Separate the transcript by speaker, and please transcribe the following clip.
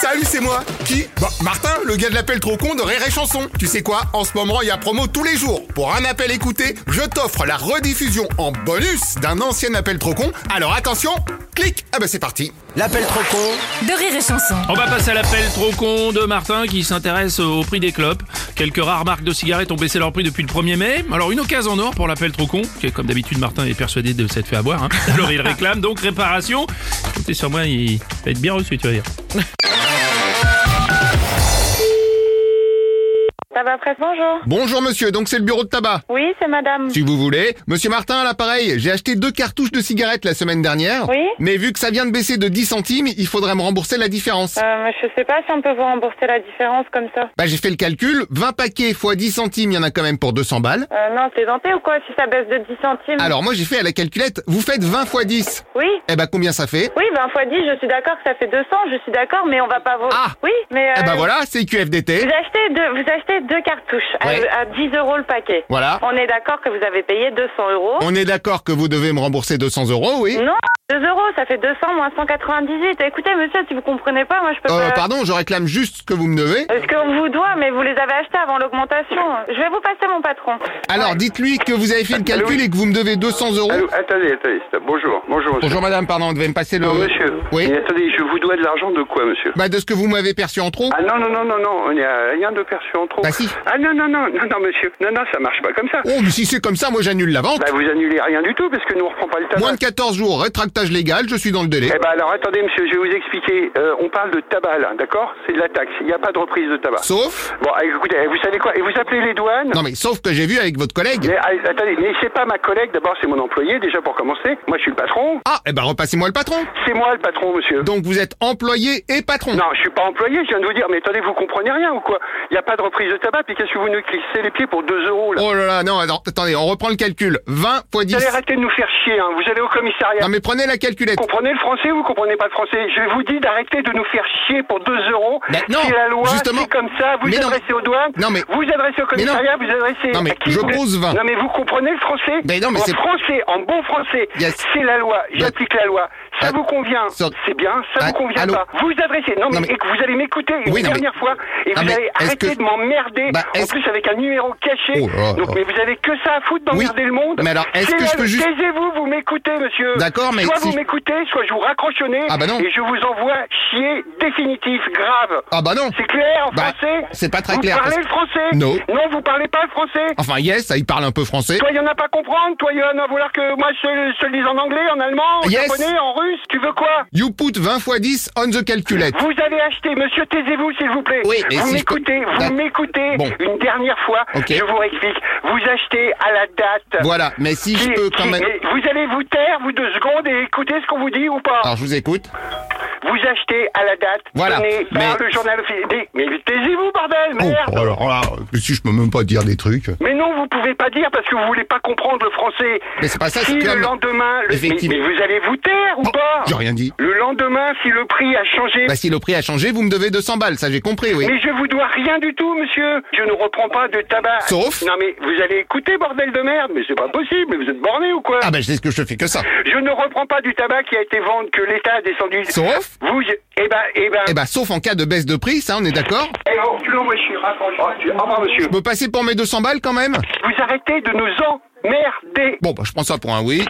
Speaker 1: Salut, c'est moi. Qui Bah, Martin, le gars de l'appel trop con de Rire et Chanson. Tu sais quoi En ce moment, il y a promo tous les jours. Pour un appel écouté, je t'offre la rediffusion en bonus d'un ancien appel trop con. Alors attention, clique. Ah bah c'est parti.
Speaker 2: L'appel trop con
Speaker 3: de rire et chanson.
Speaker 4: On va passer à l'appel trop con de Martin qui s'intéresse au prix des clopes. Quelques rares marques de cigarettes ont baissé leur prix depuis le 1er mai. Alors une occasion en or pour l'appel trop con, qui est, comme d'habitude Martin est persuadé de s'être fait avoir. hein. Alors il réclame donc réparation. T'es sur moi, il va être bien reçu, tu vas dire.
Speaker 5: Tabac Presse, bonjour.
Speaker 1: Bonjour monsieur, donc c'est le bureau de tabac.
Speaker 5: Oui, c'est madame.
Speaker 1: Si vous voulez. Monsieur Martin, à l'appareil, j'ai acheté deux cartouches de cigarettes la semaine dernière.
Speaker 5: Oui.
Speaker 1: Mais vu que ça vient de baisser de 10 centimes, il faudrait me rembourser la différence.
Speaker 5: Euh, je sais pas si on peut vous rembourser la différence comme ça.
Speaker 1: Bah j'ai fait le calcul, 20 paquets fois 10 centimes, il y en a quand même pour 200 balles.
Speaker 5: Euh, non, c'est denté ou quoi si ça baisse de 10 centimes
Speaker 1: Alors moi j'ai fait à la calculette, vous faites 20 fois 10.
Speaker 5: Oui.
Speaker 1: Eh bah combien ça fait
Speaker 5: Oui, ben fois 10, je suis d'accord que ça fait 200, je suis d'accord, mais on va pas vous...
Speaker 1: Ah.
Speaker 5: Oui, mais...
Speaker 1: Eh
Speaker 5: euh,
Speaker 1: ben voilà, c'est QFDT.
Speaker 5: Vous achetez deux, vous achetez deux cartouches à-
Speaker 1: Ouais.
Speaker 5: à, 10 euros le paquet.
Speaker 1: Voilà.
Speaker 6: Oh.
Speaker 5: On est d'accord que vous avez payé 200 euros.
Speaker 1: On est d'accord que vous devez me rembourser 200 euros,
Speaker 6: Mm,
Speaker 1: oui
Speaker 5: Non, 2 euros, ça fait 200 moins 198. Écoutez, monsieur, si vous comprenez pas, moi je peux
Speaker 1: Euh,
Speaker 5: pas...
Speaker 1: pardon, je réclame juste ce que vous me devez.
Speaker 5: Parce qu'on vous doit, mais vous les avez achetés avant l'augmentation. Je vais vous passer mon patron.
Speaker 1: Alors, dites-lui que vous avez fait le calcul et que vous me devez 200 euros.
Speaker 6: Allô, attendez, attendez, stop. bonjour, bonjour monsieur.
Speaker 1: Bonjour madame, pardon, vous devez me passer le...
Speaker 6: Non, monsieur.
Speaker 1: Oui
Speaker 6: Mais attendez, je vous dois de l'argent de quoi, monsieur
Speaker 1: Bah de ce que vous m'avez perçu en trop.
Speaker 6: Ah non, non, non, non, non, on n'y a rien de perçu en trop.
Speaker 1: Bah si.
Speaker 6: Ah non, non, non, non, non, monsieur. Non, non, ça marche pas comme ça.
Speaker 1: Oh, mais si c'est comme ça, moi j'annule la vente.
Speaker 6: Bah vous annulez rien du tout, parce que nous on reprend pas le tabac.
Speaker 1: Moins de 14 jours, rétractage légal, je suis dans le délai.
Speaker 6: Eh ben alors attendez monsieur, je vais vous expliquer. Euh, on parle de tabac là, d'accord C'est de la taxe, il n'y a pas de reprise de tabac.
Speaker 1: Sauf...
Speaker 6: Bon, eh, écoutez, eh, vous savez quoi Et vous appelez les douanes
Speaker 1: Non mais sauf que j'ai vu avec votre collègue.
Speaker 6: Mais, eh, attendez, mais c'est pas ma collègue, d'abord c'est mon employé, déjà pour commencer. Moi je suis le patron.
Speaker 1: Ah, eh ben repassez-moi le patron.
Speaker 6: C'est moi le patron, monsieur.
Speaker 1: Donc vous êtes employé et patron.
Speaker 6: Non, je suis pas employé, je viens de vous dire, mais attendez, vous comprenez rien ou quoi Il n'y a pas de reprise de tabac, puis qu'est-ce que vous nous glissez les pieds pour 2 euros là
Speaker 1: Oh là là, non, attends, attendez, on reprend le calcul. 20 fois 10.
Speaker 6: Vous allez arrêter de nous faire chier, hein. vous allez au commissariat.
Speaker 1: Non mais prenez la calculette.
Speaker 6: Vous comprenez le français ou vous comprenez pas le français Je vous dis d'arrêter de nous faire chier pour 2 euros.
Speaker 1: Bah, non,
Speaker 6: c'est la loi,
Speaker 1: justement.
Speaker 6: c'est comme ça, vous
Speaker 1: Mais
Speaker 6: vous
Speaker 1: non,
Speaker 6: adressez aux douanes,
Speaker 1: non, mais-
Speaker 6: vous adressez au
Speaker 1: Mais non.
Speaker 6: commissariat, vous adressez
Speaker 1: Non, mais
Speaker 6: à qui
Speaker 1: je
Speaker 6: vous-
Speaker 1: pose 20.
Speaker 6: Non mais vous comprenez le français
Speaker 1: Mais non, mais
Speaker 6: En
Speaker 1: c'est-
Speaker 6: français, en bon français,
Speaker 1: Yes.
Speaker 6: c'est la loi, j'applique la loi. Ça
Speaker 1: Ah,
Speaker 6: vous convient,
Speaker 1: sorry.
Speaker 6: c'est bien, ça
Speaker 1: Ah,
Speaker 6: vous convient
Speaker 1: allô
Speaker 6: pas. Vous adressez, non mais,
Speaker 1: Non, mais-
Speaker 6: et que vous allez m'écouter une
Speaker 1: Oui, non, mais-
Speaker 6: dernière fois, et
Speaker 1: Non,
Speaker 6: vous
Speaker 1: mais
Speaker 6: allez
Speaker 1: est-ce
Speaker 6: arrêter
Speaker 1: que-
Speaker 6: de m'emmerder,
Speaker 1: Bah,
Speaker 6: en
Speaker 1: est-ce-
Speaker 6: plus avec un numéro caché.
Speaker 1: Oh là là.
Speaker 6: Donc mais vous avez que ça à foutre d'emmerder
Speaker 1: Oui.
Speaker 6: le monde.
Speaker 1: Mais alors, est-ce
Speaker 6: C'est
Speaker 1: que je
Speaker 6: la-
Speaker 1: peux juste-
Speaker 6: Taisez-vous, vous m'écoutez, monsieur.
Speaker 1: D'accord, mais
Speaker 6: Soit
Speaker 1: si-
Speaker 6: vous m'écoutez, soit je vous raccroche au nez
Speaker 1: Ah bah non.
Speaker 6: et je vous envoie chier définitif, grave.
Speaker 1: Ah bah non.
Speaker 6: C'est clair en
Speaker 1: Bah,
Speaker 6: français
Speaker 1: c'est pas très
Speaker 6: vous
Speaker 1: clair,
Speaker 6: Vous parlez
Speaker 1: parce-
Speaker 6: le français
Speaker 1: Non.
Speaker 6: Non, vous parlez pas le français
Speaker 1: Enfin yes, ça, il parle un peu français.
Speaker 6: Toi, il y en a pas à comprendre. Toi, il y en a à vouloir que moi je, je le dise en anglais, en allemand, en
Speaker 1: Yes.
Speaker 6: japonais, en russe. Tu veux quoi
Speaker 1: You put 20 fois 10 on the calculette.
Speaker 6: vous avez acheté, monsieur, taisez-vous s'il vous plaît.
Speaker 1: Oui, mais
Speaker 6: vous
Speaker 1: si je
Speaker 6: m'écoutez,
Speaker 1: peux-
Speaker 6: vous
Speaker 1: D'ac-
Speaker 6: m'écoutez
Speaker 1: Bon.
Speaker 6: une dernière fois.
Speaker 1: Ok.
Speaker 6: Je vous réexplique. Vous achetez à la date.
Speaker 1: Voilà, mais si je
Speaker 6: Qui-
Speaker 1: peux quand
Speaker 6: qui-
Speaker 1: même...
Speaker 6: mais Vous allez vous taire, vous deux secondes, et écoutez ce qu'on vous dit ou pas.
Speaker 1: Alors je vous écoute.
Speaker 6: Vous achetez à la date
Speaker 1: Voilà,
Speaker 6: donnée par
Speaker 1: mais-
Speaker 6: le journal officiel. Mais- Mais taisez-vous, bordel,
Speaker 1: Oh,
Speaker 6: merde
Speaker 1: alors là, si je peux même pas dire des trucs.
Speaker 6: Mais non, vous pouvez pas dire parce que vous voulez pas comprendre le français.
Speaker 1: Mais c'est pas ça,
Speaker 6: Si
Speaker 1: c'est
Speaker 6: le
Speaker 1: que là, mais-
Speaker 6: lendemain, le... Mais,
Speaker 1: Effectivement.
Speaker 6: mais vous allez vous taire ou
Speaker 1: Oh,
Speaker 6: pas
Speaker 1: j'ai rien dit.
Speaker 6: Le lendemain, si le prix a changé.
Speaker 1: Bah si le prix a changé, vous me devez 200 balles, ça j'ai compris, oui.
Speaker 6: Mais je vous dois rien du tout, monsieur. Je ne reprends pas de tabac.
Speaker 1: Sauf
Speaker 6: Non mais vous allez écouter, bordel de merde. Mais c'est pas possible. Mais vous êtes borné ou quoi
Speaker 1: Ah bah je sais ce que je fais que ça.
Speaker 6: Je ne reprends pas du tabac qui a été vendu que l'État a descendu.
Speaker 1: Sauf
Speaker 6: Vous, je- eh ben, eh ben.
Speaker 1: Eh bah sauf en cas de baisse de prix, ça on est d'accord
Speaker 6: Eh ben, reculons, moi je suis raccroché. Oh, tu- Au revoir, monsieur.
Speaker 1: Je peux passer pour mes 200 balles quand même
Speaker 6: Vous arrêtez de nous emmerder.
Speaker 1: Bon bah je prends ça pour un oui.